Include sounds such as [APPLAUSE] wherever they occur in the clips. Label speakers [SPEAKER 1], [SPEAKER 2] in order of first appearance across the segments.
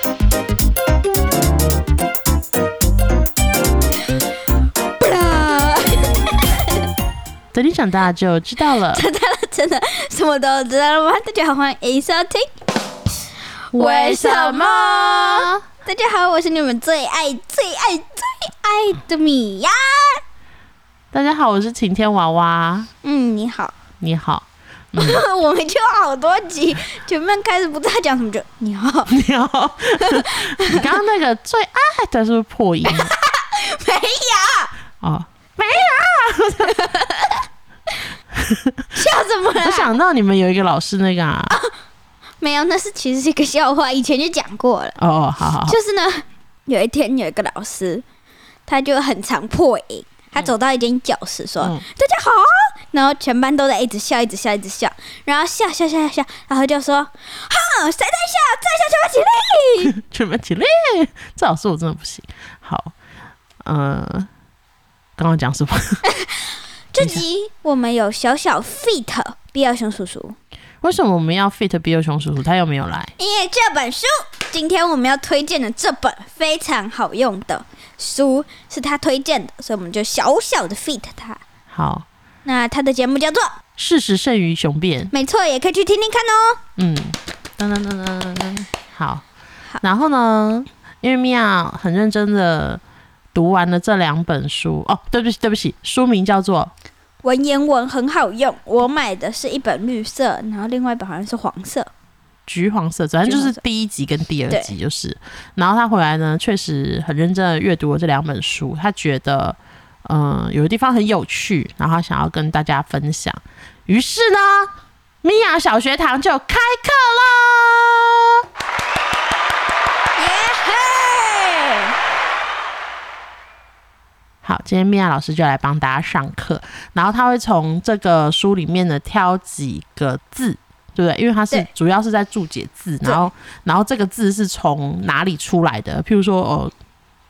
[SPEAKER 1] [LAUGHS]
[SPEAKER 2] 长大就知道了。
[SPEAKER 1] 真的什么都知道了吗？大家好，欢迎收听。 [LAUGHS] 为什么？大家好，我是你们最爱、最爱、最爱的米娅。
[SPEAKER 2] 大家好，我是晴天娃娃，
[SPEAKER 1] 嗯，你好。
[SPEAKER 2] 你好， [LAUGHS]
[SPEAKER 1] [LAUGHS] 我们就好多集，前面开始不知道讲什么就你好， [LAUGHS]
[SPEAKER 2] 你好。你刚刚那个最爱的是不是破音？
[SPEAKER 1] 没有，
[SPEAKER 2] 哦，
[SPEAKER 1] 笑什么
[SPEAKER 2] 我
[SPEAKER 1] 啦？
[SPEAKER 2] 想到你们有一个老师那
[SPEAKER 1] [LAUGHS]
[SPEAKER 2] 个啊，
[SPEAKER 1] 没有，那是其实是一个笑话，以前就讲过了。
[SPEAKER 2] 哦哦，好好好，
[SPEAKER 1] 就是呢， [LAUGHS] 有一天有一个老师，他就很常破音，他走到一间教室说：“
[SPEAKER 2] 嗯
[SPEAKER 1] 大家好。”然后全班都在一直笑，一直笑，一直笑，然后笑笑笑笑，然后就说：“哼，谁在笑？
[SPEAKER 2] 嗯
[SPEAKER 1] 在笑全班起立
[SPEAKER 2] 全班起立。这老师我真的不行。好，嗯、呃，刚刚讲什么？！” [LAUGHS]
[SPEAKER 1] 这集我们有小小 feat 必要熊叔叔，
[SPEAKER 2] 为什么我们要 fit 比尔熊叔叔？他又没有来。
[SPEAKER 1] 因为这本书，今天我们要推荐的这本非常好用的书是他推荐的，所以我们就小小的 feat 他。
[SPEAKER 2] 好，
[SPEAKER 1] 那他的节目叫做，
[SPEAKER 2] 事实胜于雄辩。
[SPEAKER 1] 没错，也可以去听听看哦。
[SPEAKER 2] 嗯，噔噔噔噔噔噔，好。然后呢，因为米娅很认真的读完了这两本书。哦，对不起，对不起，书名叫做
[SPEAKER 1] 文言文很好用，我买的是一本绿色，然后另外一本好像是黄色。
[SPEAKER 2] 橘黄色，反正就
[SPEAKER 1] 橘
[SPEAKER 2] 是
[SPEAKER 1] 黄色
[SPEAKER 2] 第一集跟第二集就是。然后他回来呢，确实很认真的阅读了这两本书，他觉得嗯、呃有的地方很有趣，然后他想要跟大家分享。于是呢，米娅小学堂就开课喽。
[SPEAKER 1] 耶嘿！
[SPEAKER 2] 好，今天米娅老师就来帮大家上课，然后他会从这个书里面呢挑几个字。对不对？因为他是
[SPEAKER 1] 对
[SPEAKER 2] 主要是在注解字，然后然后这个字是从哪里出来的？譬如说，呃，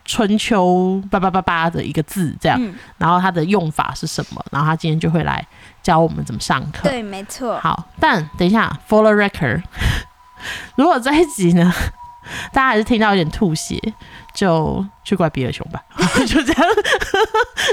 [SPEAKER 2] 春秋八八八八的一个字这样，
[SPEAKER 1] 嗯，
[SPEAKER 2] 然后它的用法是什么？然后他今天就会来教我们怎么上课。
[SPEAKER 1] 对，没错。
[SPEAKER 2] 好，但等一下，for the record，如果这一集呢，大家还是听到有点吐血，就去怪比尔熊吧， [LAUGHS] 就这样，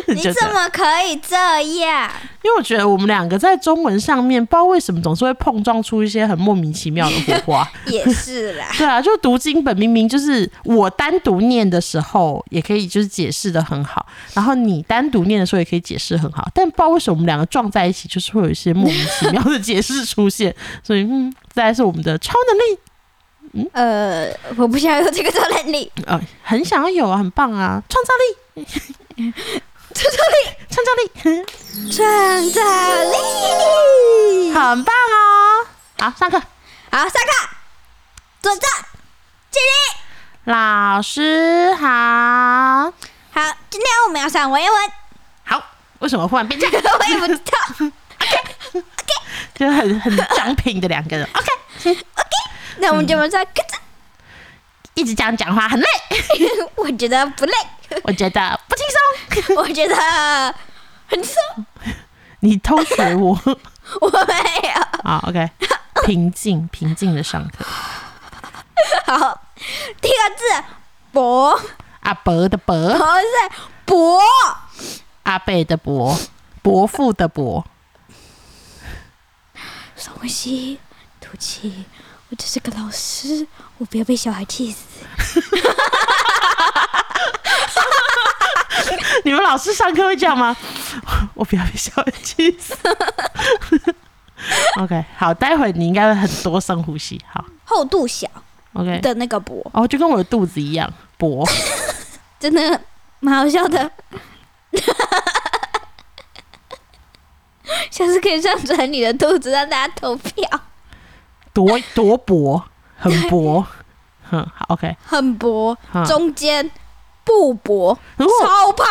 [SPEAKER 1] 你
[SPEAKER 2] 就这
[SPEAKER 1] 怎
[SPEAKER 2] 样。
[SPEAKER 1] 么可以这样？
[SPEAKER 2] 因为我觉得我们两个在中文上面，不知道为什么总是会碰撞出一些很莫名其妙的火花。
[SPEAKER 1] 也是
[SPEAKER 2] [LAUGHS]
[SPEAKER 1] 啦，
[SPEAKER 2] 对啊，就读经本明明就是我单独念的时候，也可以就是解释的很好，然后你单独念的时候也可以解释很好，但不知道为什么我们两个撞在一起，就是会有一些莫名其妙的解释出现，所以嗯，再来是我们的超能力，
[SPEAKER 1] 呃，我不想有这个超能力，
[SPEAKER 2] 呃，很想要有啊，很棒啊，创造力， [LAUGHS] 创造力，创造力，
[SPEAKER 1] 创造力。
[SPEAKER 2] [LAUGHS] 很棒哦！好，上课，
[SPEAKER 1] 好，上课，坐正，起立。
[SPEAKER 2] 老师好，
[SPEAKER 1] 好，今天我们要上文言
[SPEAKER 2] [LAUGHS]
[SPEAKER 1] 文，
[SPEAKER 2] 好，为什么忽然变这个，
[SPEAKER 1] 我也不知道。
[SPEAKER 2] [LAUGHS] 就很很奖品的两个人，OK，
[SPEAKER 1] 那我们就马上跟着，
[SPEAKER 2] 一直这样讲话很累， [LAUGHS]
[SPEAKER 1] 我觉得不累，
[SPEAKER 2] 我觉得不轻松。
[SPEAKER 1] [LAUGHS] 我觉得很松，
[SPEAKER 2] 你偷学我 [LAUGHS]
[SPEAKER 1] [LAUGHS] 我没有。
[SPEAKER 2] 好 OK，平静平静的上课。
[SPEAKER 1] 好，第二个字“伯”，
[SPEAKER 2] 阿伯的伯，
[SPEAKER 1] 好是“伯
[SPEAKER 2] 阿贝的伯，伯父的伯，”，
[SPEAKER 1] 深呼吸，吐气。我只是个老师，我不要被小孩气死。
[SPEAKER 2] 你们老师上课会这样吗？ [LAUGHS] 我不要被笑得气死。OK，好，待会你应该会很多深呼吸。好
[SPEAKER 1] 厚度小
[SPEAKER 2] ，OK，
[SPEAKER 1] 的那个“伯
[SPEAKER 2] 哦，就跟我的肚子一样，伯。”，
[SPEAKER 1] 真的蛮好笑的。 [LAUGHS] 下次可以上传你的肚子让大家投票，
[SPEAKER 2] 多多薄，很薄。 [LAUGHS] 嗯，好，OK。
[SPEAKER 1] 很薄，
[SPEAKER 2] 嗯
[SPEAKER 1] 中间不薄，
[SPEAKER 2] 如果
[SPEAKER 1] 超胖。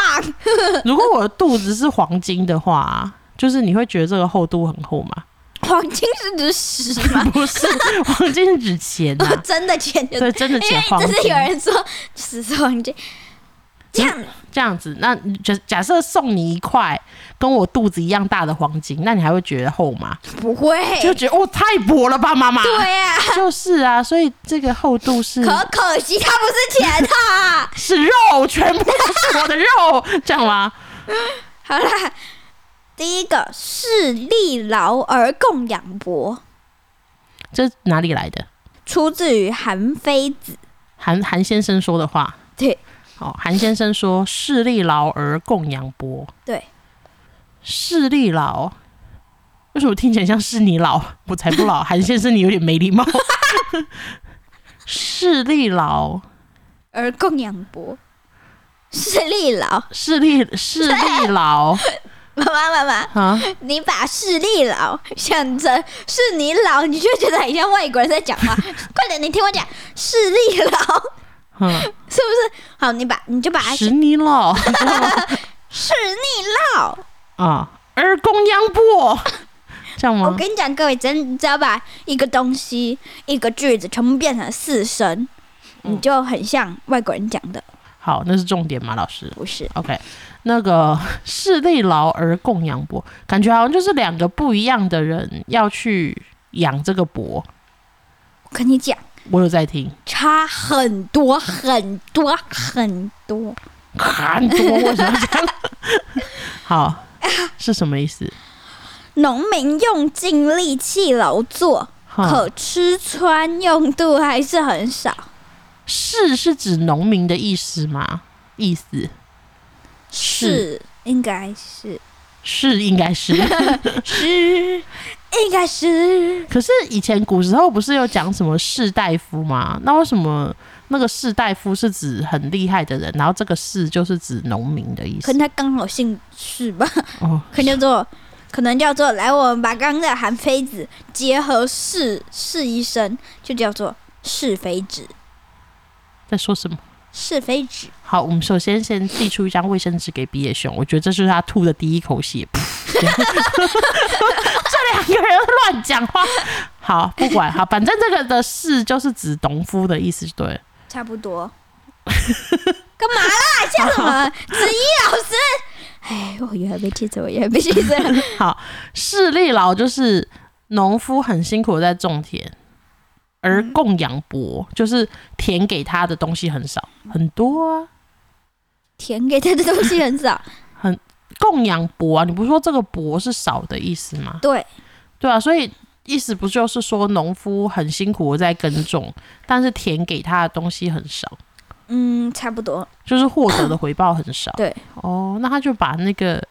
[SPEAKER 2] 如果我的肚子是黄金的话，就是你会觉得这个厚度很厚吗？
[SPEAKER 1] 黄金是指屎吗？
[SPEAKER 2] [LAUGHS] 不
[SPEAKER 1] [LAUGHS]
[SPEAKER 2] 是，黄金是指钱呐、
[SPEAKER 1] 真的钱哎就是
[SPEAKER 2] 对，真的钱黄
[SPEAKER 1] 真
[SPEAKER 2] 金
[SPEAKER 1] 的有人说十是黄金，这样
[SPEAKER 2] 这样子。那假假设送你一块跟我肚子一样大的黄金，那你还会觉得厚吗？
[SPEAKER 1] 不会。
[SPEAKER 2] 就啊觉得哦，太薄了吧，妈妈。
[SPEAKER 1] 哎对呀、
[SPEAKER 2] 就是啊，所以这个厚度是
[SPEAKER 1] 可可惜它不是钱啊。
[SPEAKER 2] [LAUGHS] 是肉，全部都是我的肉，这样吗？
[SPEAKER 1] 好啦，第一个视力劳而供养伯，
[SPEAKER 2] 这哪里来的？
[SPEAKER 1] 出自于韩非子。
[SPEAKER 2] 韩韩先生说的话。
[SPEAKER 1] 对，
[SPEAKER 2] 哦，韩先生说：“势利劳而供养伯。”
[SPEAKER 1] 对，
[SPEAKER 2] 势利劳，为什么听起来像是你老？我才不老， [LAUGHS] 韩先生你有点没礼貌。势利劳，
[SPEAKER 1] 而供养伯，视力劳。
[SPEAKER 2] 势利势利劳
[SPEAKER 1] 妈妈妈妈，
[SPEAKER 2] 啊！
[SPEAKER 1] 你把视力劳想成是你老，你就觉得很像外国人在讲话。 [LAUGHS] 快点，你听我讲，视力劳 [LAUGHS]
[SPEAKER 2] 嗯，
[SPEAKER 1] 是不是？好，你把你就把它
[SPEAKER 2] 使你老
[SPEAKER 1] 视力劳。
[SPEAKER 2] 啊，而供养伯，这样
[SPEAKER 1] 我
[SPEAKER 2] 吗？
[SPEAKER 1] 跟你讲，各位，真你只要把一个东西、一个句子全部变成四声，
[SPEAKER 2] 嗯
[SPEAKER 1] 你就很像外国人讲的，
[SPEAKER 2] 好，那是重点嘛，老师。
[SPEAKER 1] 不是？
[SPEAKER 2] OK，那个势利劳而供养伯，感觉好像就是两个不一样的人要去养这个伯。
[SPEAKER 1] 我跟你讲，
[SPEAKER 2] 我有在听，
[SPEAKER 1] 差很多很多很多。
[SPEAKER 2] 很多为什么这样？ [LAUGHS] 好，是什么意思？
[SPEAKER 1] 农民用尽力气劳作，
[SPEAKER 2] 哈，
[SPEAKER 1] 可吃穿用度还是很少。
[SPEAKER 2] 士是指农民的意思吗？意思是
[SPEAKER 1] 是，应该是，
[SPEAKER 2] 是应该 [LAUGHS] 是，
[SPEAKER 1] 是，应该是。
[SPEAKER 2] 可是以前古时候不是有讲什么士大夫吗？那为什么那个士大夫是指很厉害的人，然后这个士就是指农民的意
[SPEAKER 1] 可
[SPEAKER 2] 思？
[SPEAKER 1] 能他刚好姓氏吧，
[SPEAKER 2] 哦，
[SPEAKER 1] 可能叫做，可能叫做。来，我们把刚刚的韩非子结合是是医生，就叫做是非子。
[SPEAKER 2] 在说什么？
[SPEAKER 1] 是非子，
[SPEAKER 2] 好，我们首先先递出一张卫生纸给毕业兄，我觉得这就是他吐的第一口血。噗 [LAUGHS] 这两个人乱讲话，好，不管好，反正这个的“是”就是指农夫的意思，就对了。
[SPEAKER 1] 差不多。干嘛啦？笑什么？子怡老师， [LAUGHS] 哎，我又要被气死，我又要被气死了。
[SPEAKER 2] 势利劳就是农夫很辛苦地在种田，而供养伯就是田给他的东西很少，很多啊。
[SPEAKER 1] 填给他的东西很少，
[SPEAKER 2] 供养伯啊，你不是说这个伯是少的意思吗？
[SPEAKER 1] 对，
[SPEAKER 2] 对啊，所以意思不就是说农夫很辛苦地在耕种，但是田给他的东西很少，
[SPEAKER 1] 嗯，差不多。
[SPEAKER 2] 就是获得的回报很少
[SPEAKER 1] 对，
[SPEAKER 2] 哦，那他就把那个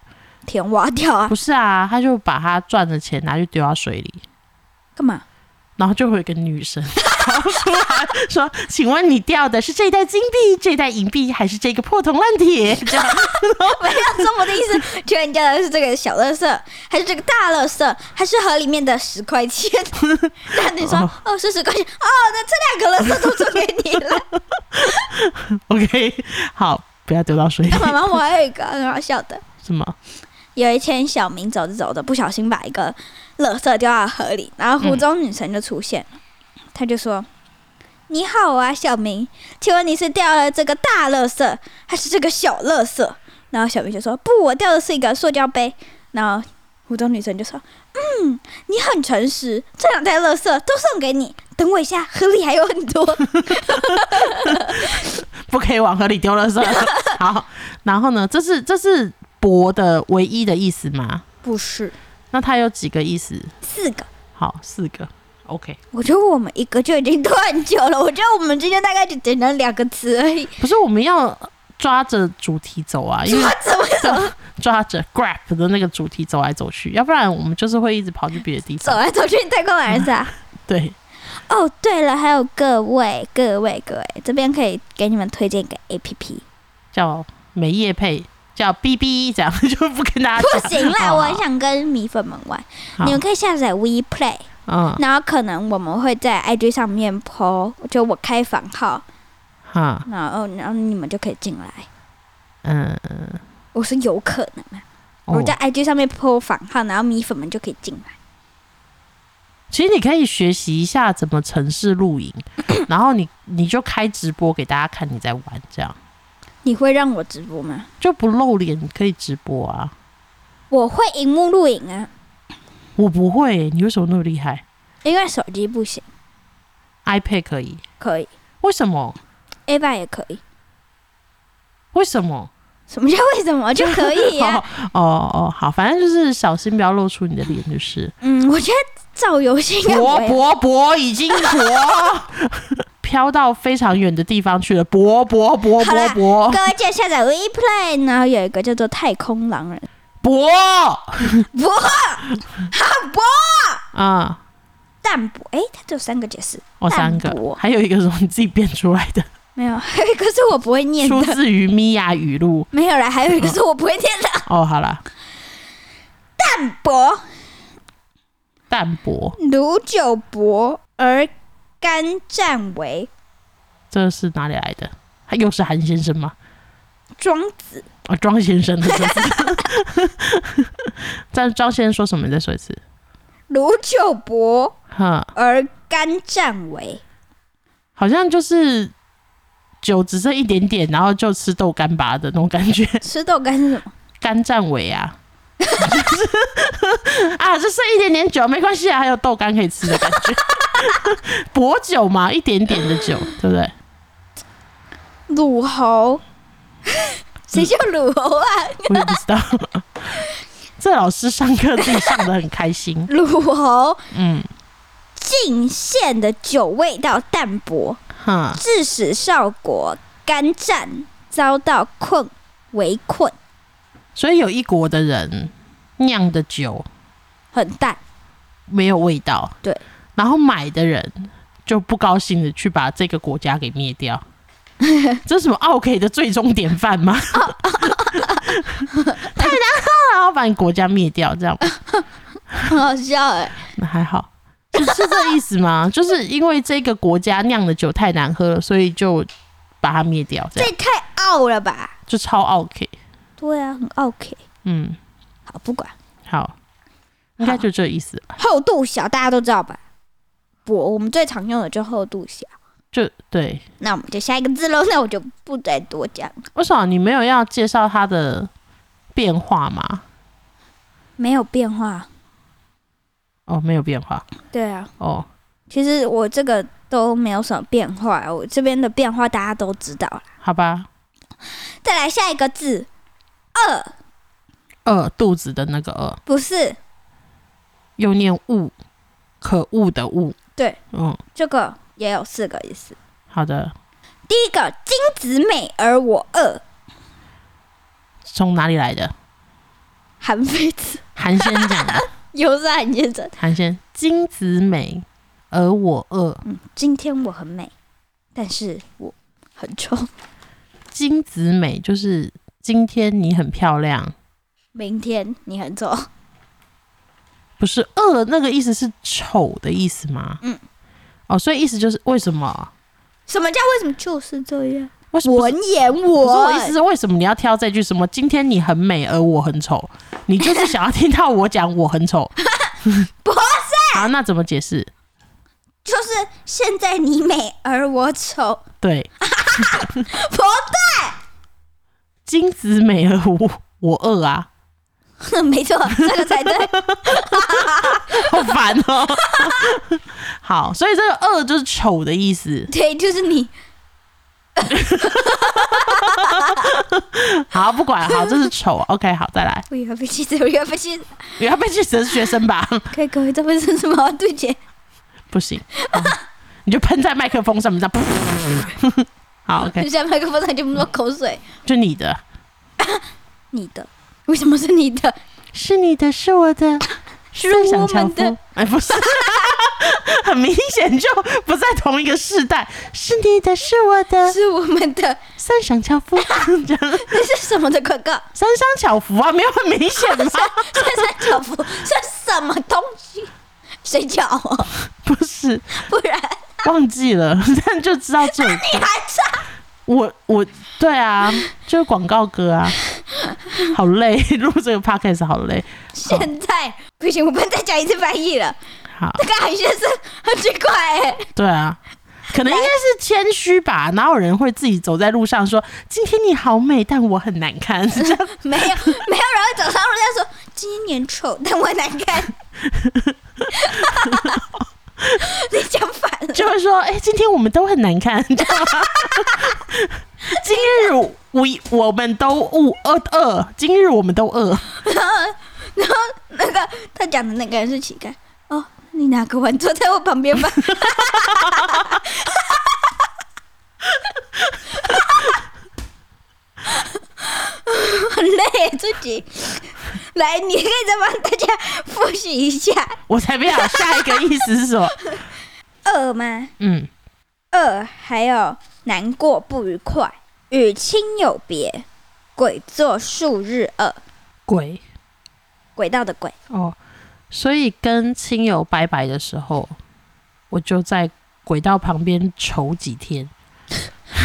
[SPEAKER 1] 填挖掉啊，
[SPEAKER 2] 不是啊，他就把他赚的钱拿去丢到水里，
[SPEAKER 1] 干嘛？
[SPEAKER 2] 然后就会有一个女生 [LAUGHS] 跑出来说：“请问你掉的是这袋金币、这袋银币，还是这个破铜烂铁？”这样
[SPEAKER 1] 没有这么的意思，请问你掉的是这个小垃圾，还是这个大垃圾，还是河里面的十块钱？那你说
[SPEAKER 2] 哦
[SPEAKER 1] 哦，是十块钱哦，那这两个垃圾都送给你了。
[SPEAKER 2] ，OK，好，不要丢到水里。
[SPEAKER 1] 妈妈，我还有一个很好笑的，
[SPEAKER 2] 什么？
[SPEAKER 1] 有一天小明走着走着，不小心把一个垃圾掉到河里，然后湖中女神就出现了，她就说。你好啊，小明，请问你是掉了这个大垃圾，还是这个小垃圾？然后小明就说：“不，我掉的是一个塑胶杯。”然后湖中女神就说：“嗯，你很诚实，这两袋垃圾都送给你。等我一下，河里还有很多。
[SPEAKER 2] 不可以往河里丢垃圾。好，然后呢？这是这是“伯”的唯一的意思吗？”
[SPEAKER 1] 不是
[SPEAKER 2] 那它有几个意思？
[SPEAKER 1] 四个，
[SPEAKER 2] 好，四个。OK，
[SPEAKER 1] 我觉得我们一个就已经断久了。我觉得我们之间大概就只能两个词而已。
[SPEAKER 2] 不是我们要抓着主题走
[SPEAKER 1] [LAUGHS]
[SPEAKER 2] 啊，因为
[SPEAKER 1] 抓怎么走？
[SPEAKER 2] 抓着 grab 的那个主题走来走去，要不然我们就是会一直跑去别的地
[SPEAKER 1] 走 [LAUGHS]
[SPEAKER 2] 方。
[SPEAKER 1] 来走去，太空儿子啊！
[SPEAKER 2] 对，
[SPEAKER 1] [LAUGHS] 哦，对了，还有各位、各位、各位，这边可以给你们推荐一个 A P P。
[SPEAKER 2] 叫梅叶配，叫 BB，这样就不跟大家
[SPEAKER 1] 不
[SPEAKER 2] 讲。
[SPEAKER 1] 行啦，
[SPEAKER 2] 好
[SPEAKER 1] 我很想跟米粉们玩，
[SPEAKER 2] 好
[SPEAKER 1] 你们可以下载 We Play，
[SPEAKER 2] 嗯，
[SPEAKER 1] 然后可能我们会在 I G 上面 po，就我开房号，
[SPEAKER 2] 哈，
[SPEAKER 1] 然后然后你们就可以进来。
[SPEAKER 2] 嗯，
[SPEAKER 1] 我说有可能啊，我
[SPEAKER 2] 哦
[SPEAKER 1] 在 I G 上面 po 房号，然后米粉们就可以进来。
[SPEAKER 2] 其实你可以学习一下怎么城市露
[SPEAKER 1] [COUGHS]
[SPEAKER 2] 营，然后你你就开直播给大家看你在玩，这样
[SPEAKER 1] 你会让我直播吗？
[SPEAKER 2] 就不露脸可以直播啊。
[SPEAKER 1] 我会荧幕录影啊，
[SPEAKER 2] 我不会、你为什么那么厉害
[SPEAKER 1] 因为手机不行，
[SPEAKER 2] ？iPad 可以，
[SPEAKER 1] 可以
[SPEAKER 2] 为什么？
[SPEAKER 1] ，A 版也可以。
[SPEAKER 2] 为什么？
[SPEAKER 1] 什么叫为什么就可以啊
[SPEAKER 2] [LAUGHS]
[SPEAKER 1] 呀、
[SPEAKER 2] 哦哦哦，好，反正就是小心不要露出你的脸，就是
[SPEAKER 1] 嗯，我觉得造游戏应该不
[SPEAKER 2] 伯
[SPEAKER 1] 会
[SPEAKER 2] 伯伯已经伯飘到非常远的地方去了，伯伯伯
[SPEAKER 1] 好
[SPEAKER 2] 伯
[SPEAKER 1] 啦
[SPEAKER 2] 伯
[SPEAKER 1] 各位记得下载 WePlay，然后有一个叫做《太空狼人
[SPEAKER 2] 伯，》，
[SPEAKER 1] 不，
[SPEAKER 2] 啊，
[SPEAKER 1] 淡薄，哎，它只有三个解释，
[SPEAKER 2] 我三
[SPEAKER 1] 淡
[SPEAKER 2] 个
[SPEAKER 1] 薄，
[SPEAKER 2] 还有一个是你自己编出来的，
[SPEAKER 1] 没有， [LAUGHS] 还有一个是我不会念
[SPEAKER 2] 出
[SPEAKER 1] 的，
[SPEAKER 2] 自于米娅语录。
[SPEAKER 1] 没有啦，还有一个是我不会念的，
[SPEAKER 2] 哦，好了，
[SPEAKER 1] 淡薄，
[SPEAKER 2] 淡薄，
[SPEAKER 1] 如久薄而甘战为
[SPEAKER 2] 这是哪里来的？他又是韩先生吗？
[SPEAKER 1] 庄子，
[SPEAKER 2] 啊、庄先生的庄子。 [LAUGHS] 但庄先生说什么？你再说一次。
[SPEAKER 1] 如久薄
[SPEAKER 2] 哼，
[SPEAKER 1] 而甘战为，
[SPEAKER 2] 好像就是酒只剩一点点，然后就吃豆干吧的那种感觉。
[SPEAKER 1] 吃豆干是什么？
[SPEAKER 2] 干占尾啊， [LAUGHS] 就是啊，就剩一点点酒，没关系啊，还有豆干可以吃的感觉。薄酒嘛，一点点的酒，对不对？
[SPEAKER 1] 鲁侯， [LAUGHS] 谁叫鲁侯啊？
[SPEAKER 2] 我也不知道。这老师上课自己上的很开心，
[SPEAKER 1] 鲁侯
[SPEAKER 2] 嗯，
[SPEAKER 1] 进献的酒味道淡薄，
[SPEAKER 2] 哼，
[SPEAKER 1] 致使少国干战遭到困围困，
[SPEAKER 2] 所以有一国的人酿的酒
[SPEAKER 1] 很淡。
[SPEAKER 2] 没有味道，
[SPEAKER 1] 对，
[SPEAKER 2] 然后买的人就不高兴的去把这个国家给灭掉， [LAUGHS] 这是什么奥 K 的最终典范吗？太难喝了，要把你国家灭掉，这样
[SPEAKER 1] 很好笑哎、
[SPEAKER 2] 那还好，是是这意思吗？就是因为这个国家酿的酒太难喝了，所以就把它灭掉，
[SPEAKER 1] 这
[SPEAKER 2] 这样
[SPEAKER 1] 也太傲了吧？
[SPEAKER 2] 就超奥 K，
[SPEAKER 1] 对啊，很 OK。
[SPEAKER 2] 嗯，
[SPEAKER 1] 好，不管
[SPEAKER 2] 好，应该就这意思吧，
[SPEAKER 1] 厚度小，大家都知道吧？不，我们最常用的就厚度小。
[SPEAKER 2] 就对。
[SPEAKER 1] 那我们就下一个字喽，那我就不再多讲。
[SPEAKER 2] 为什么你没有要介绍它的变化吗？
[SPEAKER 1] 没有变化。
[SPEAKER 2] 哦，没有变化
[SPEAKER 1] 对啊，
[SPEAKER 2] 哦。
[SPEAKER 1] 其实我这个都没有什么变化，我这边的变化大家都知道了。
[SPEAKER 2] 好吧，
[SPEAKER 1] 再来下一个字，
[SPEAKER 2] 饿肚子的那个饿，
[SPEAKER 1] 不是
[SPEAKER 2] 又念恶，可恶的恶。
[SPEAKER 1] 对，
[SPEAKER 2] 嗯，
[SPEAKER 1] 这个也有四个意思。
[SPEAKER 2] 好的。
[SPEAKER 1] 第一个金子美而我恶，
[SPEAKER 2] 从哪里来
[SPEAKER 1] [LAUGHS]
[SPEAKER 2] 的？
[SPEAKER 1] 韩非子
[SPEAKER 2] 韩先讲的，啊
[SPEAKER 1] 又是韩先生。
[SPEAKER 2] 韩先金子美，而我恶。
[SPEAKER 1] 嗯，今天我很美，但是我很丑。
[SPEAKER 2] 金子美就是今天你很漂亮，
[SPEAKER 1] [LAUGHS] 明天你很丑，
[SPEAKER 2] 不是恶那个意思是丑的意思吗？
[SPEAKER 1] 嗯。
[SPEAKER 2] 哦，所以意思就是为什么？
[SPEAKER 1] 什么叫为什么就是这样？
[SPEAKER 2] 为什么？
[SPEAKER 1] 文言
[SPEAKER 2] 可是
[SPEAKER 1] 我
[SPEAKER 2] 我意思是，为什么你要挑这句什么？今天你很美，而我很丑，你就是想要听到我讲我很
[SPEAKER 1] [LAUGHS]
[SPEAKER 2] 丑？
[SPEAKER 1] 不
[SPEAKER 2] 是。好，那怎么解释？
[SPEAKER 1] 就是现在你美而我丑，
[SPEAKER 2] 对，
[SPEAKER 1] 不 [LAUGHS]
[SPEAKER 2] 金子美而无我恶啊，
[SPEAKER 1] 对，没错，这个才对。
[SPEAKER 2] 好烦哦。 [LAUGHS] 好，所以这个恶就是丑的意思。
[SPEAKER 1] 对，就是你
[SPEAKER 2] 好，不管好，这是丑。OK，好， [LAUGHS] 再来。
[SPEAKER 1] 我以为被气死，我以为被气死。
[SPEAKER 2] 不要被记成学生吧？ [LAUGHS]
[SPEAKER 1] 可以，各位，这不是什么对 [LAUGHS] 决？
[SPEAKER 2] 不行，好你就喷在麦克风上面，这样 [LAUGHS] 噗噗噗噗。好
[SPEAKER 1] 就
[SPEAKER 2] ，OK，
[SPEAKER 1] 像麦克风上就抹口水，
[SPEAKER 2] 就你的，
[SPEAKER 1] 你的为什么是你的？
[SPEAKER 2] 是你的，是我的。
[SPEAKER 1] 是
[SPEAKER 2] 分享
[SPEAKER 1] 我
[SPEAKER 2] 樵
[SPEAKER 1] 们的
[SPEAKER 2] 夫，哎，不是， [LAUGHS] 很明显就不在同一个世代。是你的，是我 [LAUGHS] 的，
[SPEAKER 1] 是我们的，
[SPEAKER 2] 三上樵夫， [LAUGHS] 这样
[SPEAKER 1] 这是什么的广告？
[SPEAKER 2] 三商巧福啊，没有很明显吗？
[SPEAKER 1] 这三角福是什么东西？谁叫我？ [LAUGHS]
[SPEAKER 2] [LAUGHS] 不是，
[SPEAKER 1] 不然
[SPEAKER 2] 忘记了， [LAUGHS] 但就知道这首
[SPEAKER 1] 你
[SPEAKER 2] 歌。
[SPEAKER 1] 还唱？
[SPEAKER 2] 我我对啊，就是广告歌啊， [LAUGHS] 好累， [LAUGHS] 录这个 podcast 好累。
[SPEAKER 1] 现在不行，我不能再讲一次翻译了。
[SPEAKER 2] 好，
[SPEAKER 1] 那个韩先生很奇怪哎、
[SPEAKER 2] [LAUGHS] 对啊。可能应该是谦虚吧，哪有人会自己走在路上说“今天你好美，但我很难看” [LAUGHS] 这样
[SPEAKER 1] 没有没有人会走上路上说今年丑，但我难看。 [LAUGHS] 你讲反了，
[SPEAKER 2] [LAUGHS] 就会说：“哎、今天我们都很难看，你知道吗？今日我一我们都饿饿饿，今日我们都饿。
[SPEAKER 1] 那个他讲的那个人是乞丐哦，你拿个碗坐在我旁边吧。很累，自己来，你可以再帮大家复习一下。
[SPEAKER 2] 我才不要，下一个意思是什么？
[SPEAKER 1] 饿吗？
[SPEAKER 2] 嗯，
[SPEAKER 1] 饿，还有难过、不愉快，与亲友别，鬼作数日饿，
[SPEAKER 2] 鬼
[SPEAKER 1] 轨道的轨。
[SPEAKER 2] 哦。所以跟亲友拜拜的时候，我就在轨道旁边愁几天，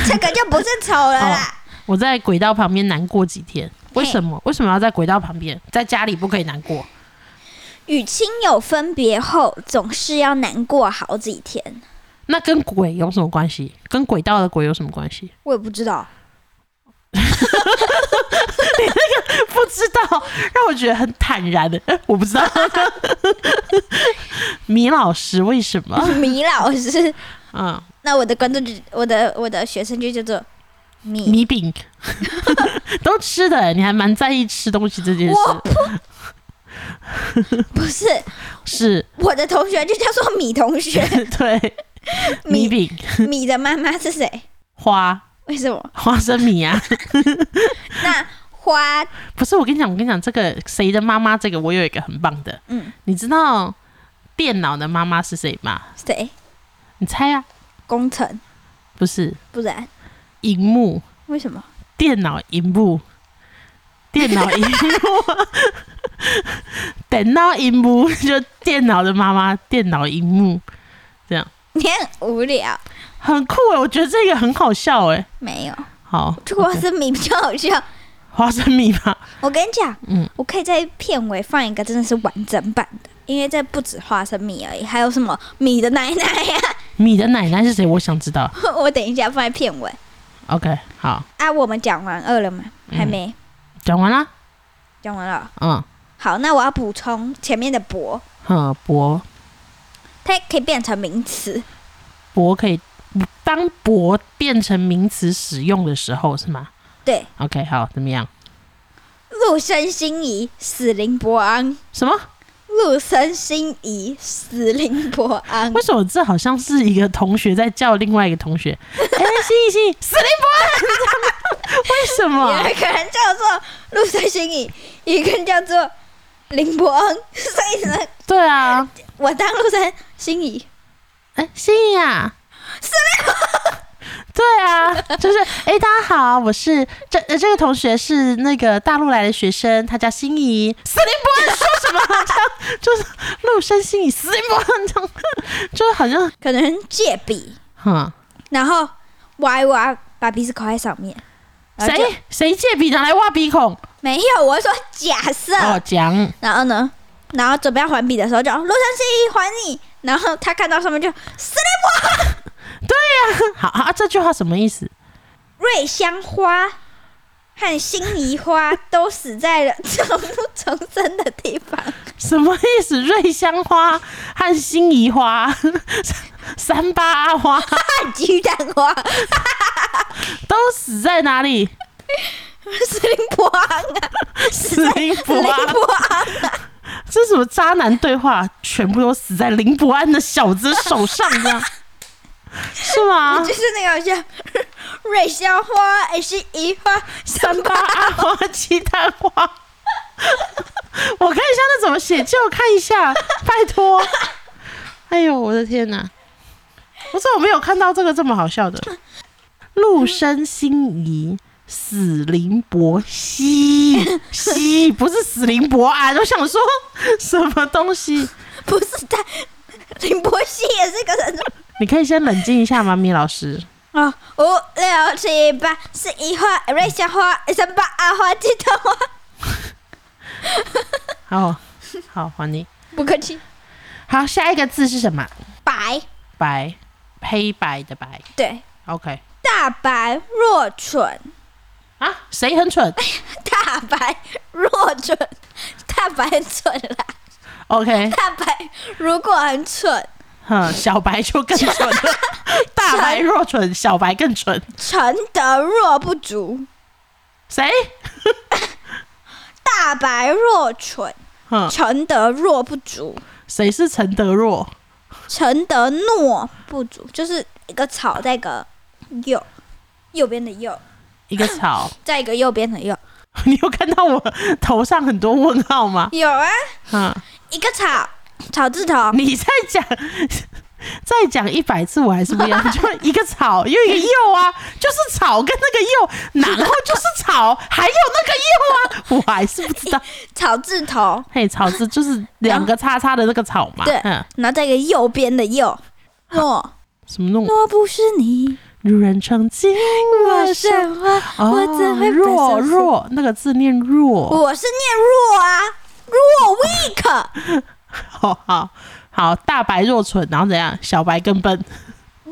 [SPEAKER 1] 这个就不是丑了啦。
[SPEAKER 2] 我在轨道旁边难过几天。为什么？为什么要在轨道旁边？在家里不可以难过？
[SPEAKER 1] 与亲友分别后，总是要难过好几天。
[SPEAKER 2] 那跟鬼有什么关系？跟轨道的鬼有什么关系？
[SPEAKER 1] 我也不知 [LAUGHS] 道，
[SPEAKER 2] [LAUGHS] 不知道，让我觉得很坦然的。 [LAUGHS] 呃我不知道，米老师为什么？
[SPEAKER 1] 米老师。
[SPEAKER 2] 嗯，
[SPEAKER 1] 那我的观众就，我的我的学生就叫做米。
[SPEAKER 2] 嗯米 [LAUGHS] 饼都吃的，你还蛮在意吃东西这件
[SPEAKER 1] 我
[SPEAKER 2] 事。
[SPEAKER 1] 不 [LAUGHS] 是
[SPEAKER 2] 是， [LAUGHS]
[SPEAKER 1] 我的同学就叫做米同学。
[SPEAKER 2] 对， [LAUGHS] 米
[SPEAKER 1] 米
[SPEAKER 2] 饼、
[SPEAKER 1] 米的妈妈是谁？
[SPEAKER 2] 花 [LAUGHS]
[SPEAKER 1] 为什么？
[SPEAKER 2] 花生米啊， [LAUGHS]
[SPEAKER 1] 那花
[SPEAKER 2] 不是我跟你讲，我跟你讲，这个谁的妈妈？这个我有一个很棒的，
[SPEAKER 1] 嗯
[SPEAKER 2] 你知道电脑的妈妈是谁吗？
[SPEAKER 1] 谁？
[SPEAKER 2] 你猜啊？
[SPEAKER 1] 工程
[SPEAKER 2] 不是，
[SPEAKER 1] 不然
[SPEAKER 2] 荧幕，
[SPEAKER 1] 为什么？
[SPEAKER 2] 电脑荧幕，电脑荧幕， [LAUGHS] 电脑荧幕，就电脑的妈妈，电脑荧幕，
[SPEAKER 1] 你很无聊。
[SPEAKER 2] 很酷哎，我觉得这个很好笑哎。
[SPEAKER 1] 没有，
[SPEAKER 2] 好，
[SPEAKER 1] 这个花生米比较好笑。
[SPEAKER 2] 花生米吧，
[SPEAKER 1] 我跟你讲，
[SPEAKER 2] 嗯
[SPEAKER 1] 我可以在片尾放一个真的是完整版的，因为这不止花生米而已，还有什么米的奶奶呀、 [LAUGHS]
[SPEAKER 2] 米的奶奶是谁？我想知道。
[SPEAKER 1] 我等一下放在片尾
[SPEAKER 2] OK，好，
[SPEAKER 1] 啊。我们讲完饿了吗？
[SPEAKER 2] 嗯
[SPEAKER 1] 还没
[SPEAKER 2] 讲完啦。
[SPEAKER 1] 讲完了。
[SPEAKER 2] 嗯
[SPEAKER 1] 好，那我要补充前面的“博
[SPEAKER 2] 哼，博”，
[SPEAKER 1] 它可以变成名词。
[SPEAKER 2] 博可以当博变成名词使用的时候是吗
[SPEAKER 1] 对，
[SPEAKER 2] ？OK，好，怎么样？
[SPEAKER 1] 陆生心仪，死灵伯昂。
[SPEAKER 2] 什么？
[SPEAKER 1] 陆生心仪，死灵伯昂
[SPEAKER 2] 为。什么这好像是一个同学在叫另外一个同学？ [LAUGHS] 哎、欣怡欣怡，死灵博
[SPEAKER 1] 有
[SPEAKER 2] 案， [LAUGHS] 为什么？
[SPEAKER 1] 一个人叫做陆生心仪，一个人叫做林伯昂， [LAUGHS] 所以呢，
[SPEAKER 2] 对啊，
[SPEAKER 1] 我当陆生心仪。
[SPEAKER 2] 哎、欣怡啊，死灵对啊，就是哎、大家好，我是这呃这个同学是那个大陆来的学生，他叫心怡。死灵博 [LAUGHS] 案说什么？这样就是陆生心怡，死灵博案这样，就是好像，
[SPEAKER 1] 可能借笔，
[SPEAKER 2] 哼，
[SPEAKER 1] 然后挖一挖，把鼻子抠在上面。然呃后就
[SPEAKER 2] 谁谁借笔拿来挖鼻孔？
[SPEAKER 1] 没有？我说假设。
[SPEAKER 2] 哦，讲
[SPEAKER 1] 然后呢，然后准备要还笔的时候就，陆晨曦还你。然后他看到上面就斯利
[SPEAKER 2] [LAUGHS] 好啊，这句话什么意思？
[SPEAKER 1] 瑞香花和辛夷花都死在了草木丛生的地
[SPEAKER 2] [LAUGHS]
[SPEAKER 1] 方。
[SPEAKER 2] 什么意思？瑞香花和心仪花、三八阿花
[SPEAKER 1] 大鸡蛋花，
[SPEAKER 2] 都死在哪里？
[SPEAKER 1] 斯林伯昂啊，
[SPEAKER 2] [LAUGHS] 死林
[SPEAKER 1] 斯
[SPEAKER 2] 伯
[SPEAKER 1] 林
[SPEAKER 2] 安，
[SPEAKER 1] 伯昂啊，
[SPEAKER 2] 这是什么渣男对话？全部都死在林伯安的小子手上，
[SPEAKER 1] [LAUGHS]
[SPEAKER 2] 这样是吗
[SPEAKER 1] 就？是那个好像瑞香花、哎辛夷花、三
[SPEAKER 2] 三八阿花、鸡蛋花， [LAUGHS] 我看一下那怎么写，借我看一下，拜托。哎呦，我的天哪！我怎么没有看到这个这么好笑的？陆生心仪，死灵伯熙熙，不是死灵伯安。我想说什么东西？
[SPEAKER 1] 不是他，林伯熙也是个人
[SPEAKER 2] 你可以先冷静一下吗，米老师？
[SPEAKER 1] 啊、哦，五六七八是一花，瑞香花，三八二花，鸡蛋花，
[SPEAKER 2] 哦，好，还你。
[SPEAKER 1] 不客气。
[SPEAKER 2] 好，下一个字是什么？
[SPEAKER 1] 白，
[SPEAKER 2] 白，黑白的白。
[SPEAKER 1] 对，
[SPEAKER 2] OK。
[SPEAKER 1] 大白若蠢，
[SPEAKER 2] 啊，谁很蠢
[SPEAKER 1] 大白若蠢， [LAUGHS] 大白很蠢啦，
[SPEAKER 2] ？OK，
[SPEAKER 1] 大白如果很蠢，
[SPEAKER 2] 哼，小白就更蠢了，大白若蠢，小白更蠢。
[SPEAKER 1] 诚德若不足，
[SPEAKER 2] 谁？
[SPEAKER 1] 大白若蠢，
[SPEAKER 2] 哼，
[SPEAKER 1] 诚德若不足，
[SPEAKER 2] 谁是陈德若？
[SPEAKER 1] 诚德诺不足，就是一个草在一个右，右边的右，
[SPEAKER 2] 一个草， [LAUGHS]
[SPEAKER 1] 在一个右边的右。
[SPEAKER 2] 你有看到我头上很多问号吗？
[SPEAKER 1] 有啊，
[SPEAKER 2] 嗯，
[SPEAKER 1] 一个草，草字头，
[SPEAKER 2] 你再讲 [LAUGHS] 再讲一百次，我还是不一样， [LAUGHS] 就一个草又一个又啊，就是草跟那个又，然后就是草，还有那个又啊，我还是不知道。
[SPEAKER 1] 草字头，
[SPEAKER 2] 嘿，草字就是两个叉叉的那个草嘛，
[SPEAKER 1] 对
[SPEAKER 2] 嗯，
[SPEAKER 1] 然后在一个右边的右。诺
[SPEAKER 2] 什么弄
[SPEAKER 1] 若不是你，
[SPEAKER 2] 如人成金
[SPEAKER 1] 我
[SPEAKER 2] 我
[SPEAKER 1] 什
[SPEAKER 2] 身。
[SPEAKER 1] 么？我怎会不
[SPEAKER 2] 哦弱
[SPEAKER 1] 是
[SPEAKER 2] 弱那个字念弱？
[SPEAKER 1] 我是念弱啊，弱 weak，
[SPEAKER 2] [LAUGHS] 好好好，大白若蠢，然后怎样？小白更笨。 [LAUGHS]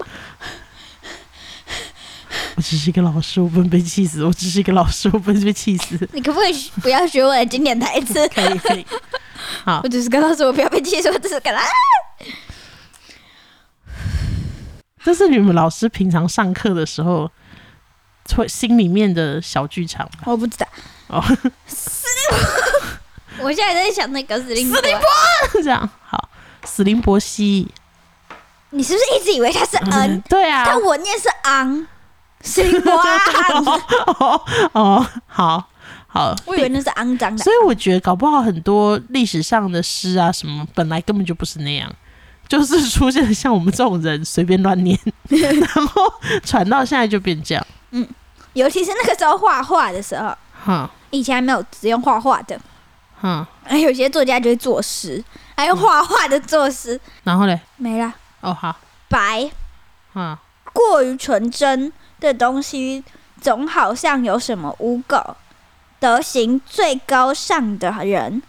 [SPEAKER 2] 我只是一个老师，我不能被气死。我只是一个老师，我不能被气死。
[SPEAKER 1] 你可不可以不要学我的经典台词？
[SPEAKER 2] [LAUGHS] 可以可以，
[SPEAKER 1] 我只是跟他说我不要被气死，我只是跟他。
[SPEAKER 2] 这是你们老师平常上课的时候，会心里面的小剧场吗。
[SPEAKER 1] 我不知道。
[SPEAKER 2] 哦， [LAUGHS]
[SPEAKER 1] [LAUGHS] 我现在在想那个司令啊波，
[SPEAKER 2] 这样好。死灵伯西，
[SPEAKER 1] 你是不是一直以为他是 n，
[SPEAKER 2] 对啊，
[SPEAKER 1] 但我念是昂，司令啊波昂，
[SPEAKER 2] [LAUGHS] 哦哦，好好，
[SPEAKER 1] [LAUGHS] 我以为那是肮脏的。
[SPEAKER 2] 所以我觉得搞不好很多历史上的诗啊什么，本来根本就不是那样，就是出现了像我们这种人随
[SPEAKER 1] [LAUGHS]
[SPEAKER 2] 便乱念，然后传到现在就变这样。
[SPEAKER 1] 尤其是那个时候画画的时候，
[SPEAKER 2] 哈
[SPEAKER 1] 以前还没有只用画画的，
[SPEAKER 2] 哈，
[SPEAKER 1] 哎，有些作家就会作诗，还用画画的作诗，
[SPEAKER 2] 然后嘞，
[SPEAKER 1] 没了。
[SPEAKER 2] 哦好，
[SPEAKER 1] 白
[SPEAKER 2] 哈
[SPEAKER 1] 过于纯真的东西，总好像有什么污垢；德行最高尚的人，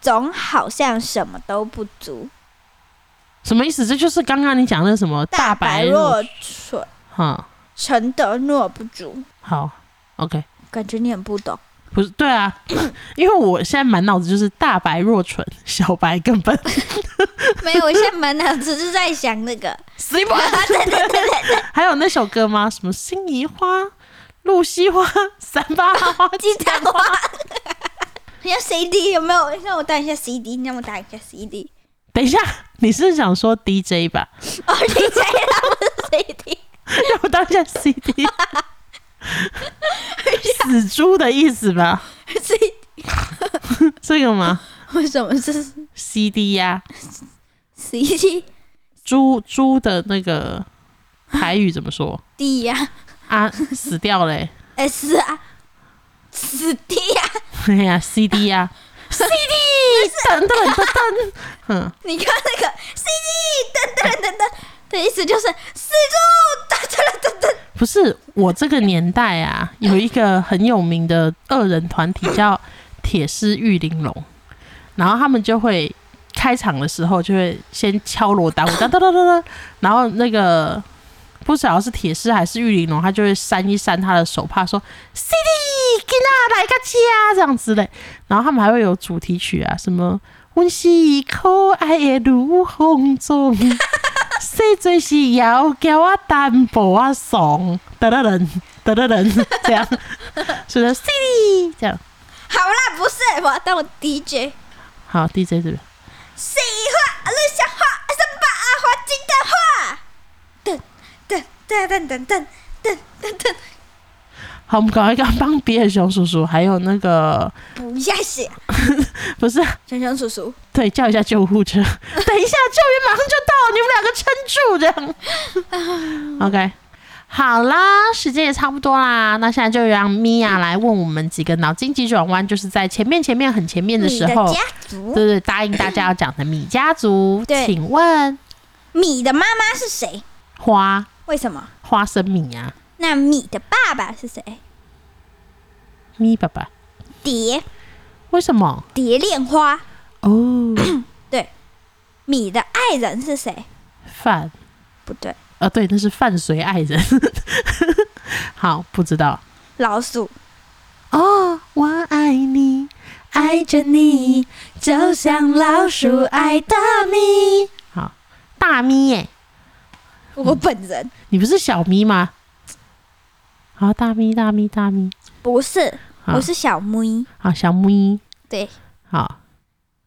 [SPEAKER 1] 总好像什么都不足。
[SPEAKER 2] 什么意思？这就是刚刚你讲的什么
[SPEAKER 1] 大白
[SPEAKER 2] 白
[SPEAKER 1] 若蠢，
[SPEAKER 2] 哈
[SPEAKER 1] 诚德若不足。
[SPEAKER 2] 好，OK，
[SPEAKER 1] 感觉你很不懂，
[SPEAKER 2] 不是对啊，因为我现在满脑子就是大白若蠢，小白更笨，
[SPEAKER 1] [LAUGHS] 没有，我现在满脑子是在想那个，
[SPEAKER 2] 死不 [LAUGHS]
[SPEAKER 1] 对对对对，
[SPEAKER 2] 还有那首歌吗？什么心仪花、露西花、三八花
[SPEAKER 1] 鸡蛋花。你 [LAUGHS] 要 CD 有没有？让我打一下 CD，你让我打一下 CD。
[SPEAKER 2] 等一下，你是想说
[SPEAKER 1] [LAUGHS]
[SPEAKER 2] DJ 吧？
[SPEAKER 1] 哦，你这样不是 [LAUGHS] CD，
[SPEAKER 2] 让我当一
[SPEAKER 1] [LAUGHS]
[SPEAKER 2] 下 CD，死猪的意思吧？
[SPEAKER 1] 所以
[SPEAKER 2] 这个吗
[SPEAKER 1] 为什么是
[SPEAKER 2] ？CD 呀、
[SPEAKER 1] CD
[SPEAKER 2] 猪猪的那个台语怎么说
[SPEAKER 1] D 呀、
[SPEAKER 2] 啊？死掉嘞、 [LAUGHS]
[SPEAKER 1] S 啊，死地呀、
[SPEAKER 2] 哎呀，CD 呀、CD 等等等等，嗯，
[SPEAKER 1] 你看那个 CD 噔噔噔 [LAUGHS] 噔的意思就是死猪噔噔噔噔，
[SPEAKER 2] 不是我这个年代啊，有一个很有名的二人团体叫铁狮玉玲珑，然后他们就会开场的时候就会先敲锣打鼓，哒哒哒哒哒，然后那个不晓得是铁狮还是玉玲珑，他就会扇一扇他的手帕，说 “CD，给那来个家”这样之类，然后他们还会有主题曲啊，什么“阮是可爱的女风中”。细最是要叫我单薄啊怂，得得人得得人这
[SPEAKER 1] [LAUGHS]
[SPEAKER 2] 样，所以说 CD 这样。
[SPEAKER 1] 好啦，不是我要当我 DJ，
[SPEAKER 2] 好，DJ 这边
[SPEAKER 1] 谁画绿小花，什么啊黄金的画，噔噔噔噔噔噔噔噔，
[SPEAKER 2] 好，我们赶快刚帮比尔熊叔叔，还有那个
[SPEAKER 1] 不要写，
[SPEAKER 2] 不是
[SPEAKER 1] 熊熊叔叔，
[SPEAKER 2] 对，叫一下
[SPEAKER 1] [LAUGHS]
[SPEAKER 2] 救护车，等一下救援马上就到，你们两个撑住这
[SPEAKER 1] [LAUGHS]
[SPEAKER 2] 样。OK，好啦，时间也差不多啦，那现在就让米娅来问我们几个脑筋急转弯，就是在前面前面很前面的
[SPEAKER 1] 嗯你
[SPEAKER 2] 时
[SPEAKER 1] 的
[SPEAKER 2] 候。
[SPEAKER 1] 家族，
[SPEAKER 2] 对对，答应大家要讲的米家族，
[SPEAKER 1] 哦对
[SPEAKER 2] 请问
[SPEAKER 1] 米的妈妈是谁？
[SPEAKER 2] 花
[SPEAKER 1] 为什么？
[SPEAKER 2] 花生米啊，
[SPEAKER 1] 那米的爸爸是谁？
[SPEAKER 2] 咪爸爸，
[SPEAKER 1] 蝶，
[SPEAKER 2] 为什么？
[SPEAKER 1] 蝶恋花。
[SPEAKER 2] 哦，
[SPEAKER 1] 米的爱人是谁？
[SPEAKER 2] 范，
[SPEAKER 1] 不对，
[SPEAKER 2] 呃，对，那是范随爱人。 [LAUGHS] 好，不知道。
[SPEAKER 1] 老鼠。
[SPEAKER 2] 哦，我爱你，
[SPEAKER 1] 爱着你，就像老鼠爱大米。
[SPEAKER 2] 好，大咪耶，
[SPEAKER 1] 我本人
[SPEAKER 2] 你不是小咪吗？好，大咪，大咪，大咪，
[SPEAKER 1] 不是，
[SPEAKER 2] 啊
[SPEAKER 1] 我是小咪。
[SPEAKER 2] 好，小咪，
[SPEAKER 1] 对，
[SPEAKER 2] 好，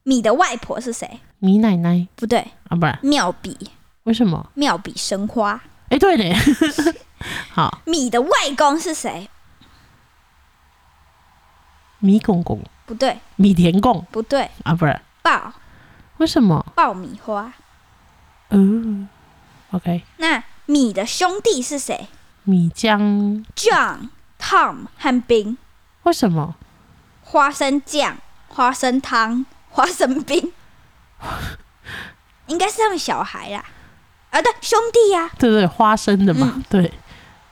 [SPEAKER 1] 米的外婆是谁？
[SPEAKER 2] 米奶奶
[SPEAKER 1] 不对，
[SPEAKER 2] 啊，不然
[SPEAKER 1] 妙笔，
[SPEAKER 2] 为什么？
[SPEAKER 1] 妙笔生花。
[SPEAKER 2] 哎、对嘞， [LAUGHS] 好，
[SPEAKER 1] 米的外公是谁？
[SPEAKER 2] 米公公，
[SPEAKER 1] 不对，
[SPEAKER 2] 米田共
[SPEAKER 1] 不对，
[SPEAKER 2] 啊，不然
[SPEAKER 1] 爆
[SPEAKER 2] 为什么？
[SPEAKER 1] 爆米花。
[SPEAKER 2] 嗯，OK，
[SPEAKER 1] 那米的兄弟是谁
[SPEAKER 2] 米浆，
[SPEAKER 1] ？John、Tom 和冰。
[SPEAKER 2] 为什么？
[SPEAKER 1] 花生酱、花生汤、 [LAUGHS] 花生冰，应该是他们小孩啦。啊，对，兄弟呀、
[SPEAKER 2] 对对，花生的嘛，对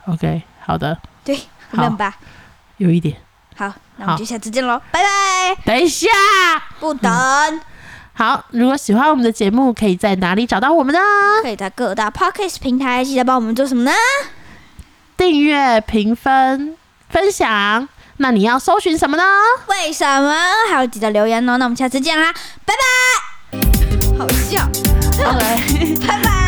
[SPEAKER 2] ，OK，好的，
[SPEAKER 1] 对，很冷吧？
[SPEAKER 2] 有一点，
[SPEAKER 1] 好，那我们
[SPEAKER 2] 好
[SPEAKER 1] 就下次见喽，拜拜！
[SPEAKER 2] 等一下。
[SPEAKER 1] 不等，
[SPEAKER 2] 好，如果喜欢我们的节目，可以在哪里找到我们呢？
[SPEAKER 1] 可以在各大 podcast 平台记得帮我们做什么呢？
[SPEAKER 2] 订阅、评分、分享。那你要搜寻什么呢？
[SPEAKER 1] 为什么？还有记得留言哦。那我们下次见啦，拜拜！好笑，
[SPEAKER 2] OK
[SPEAKER 1] 拜拜。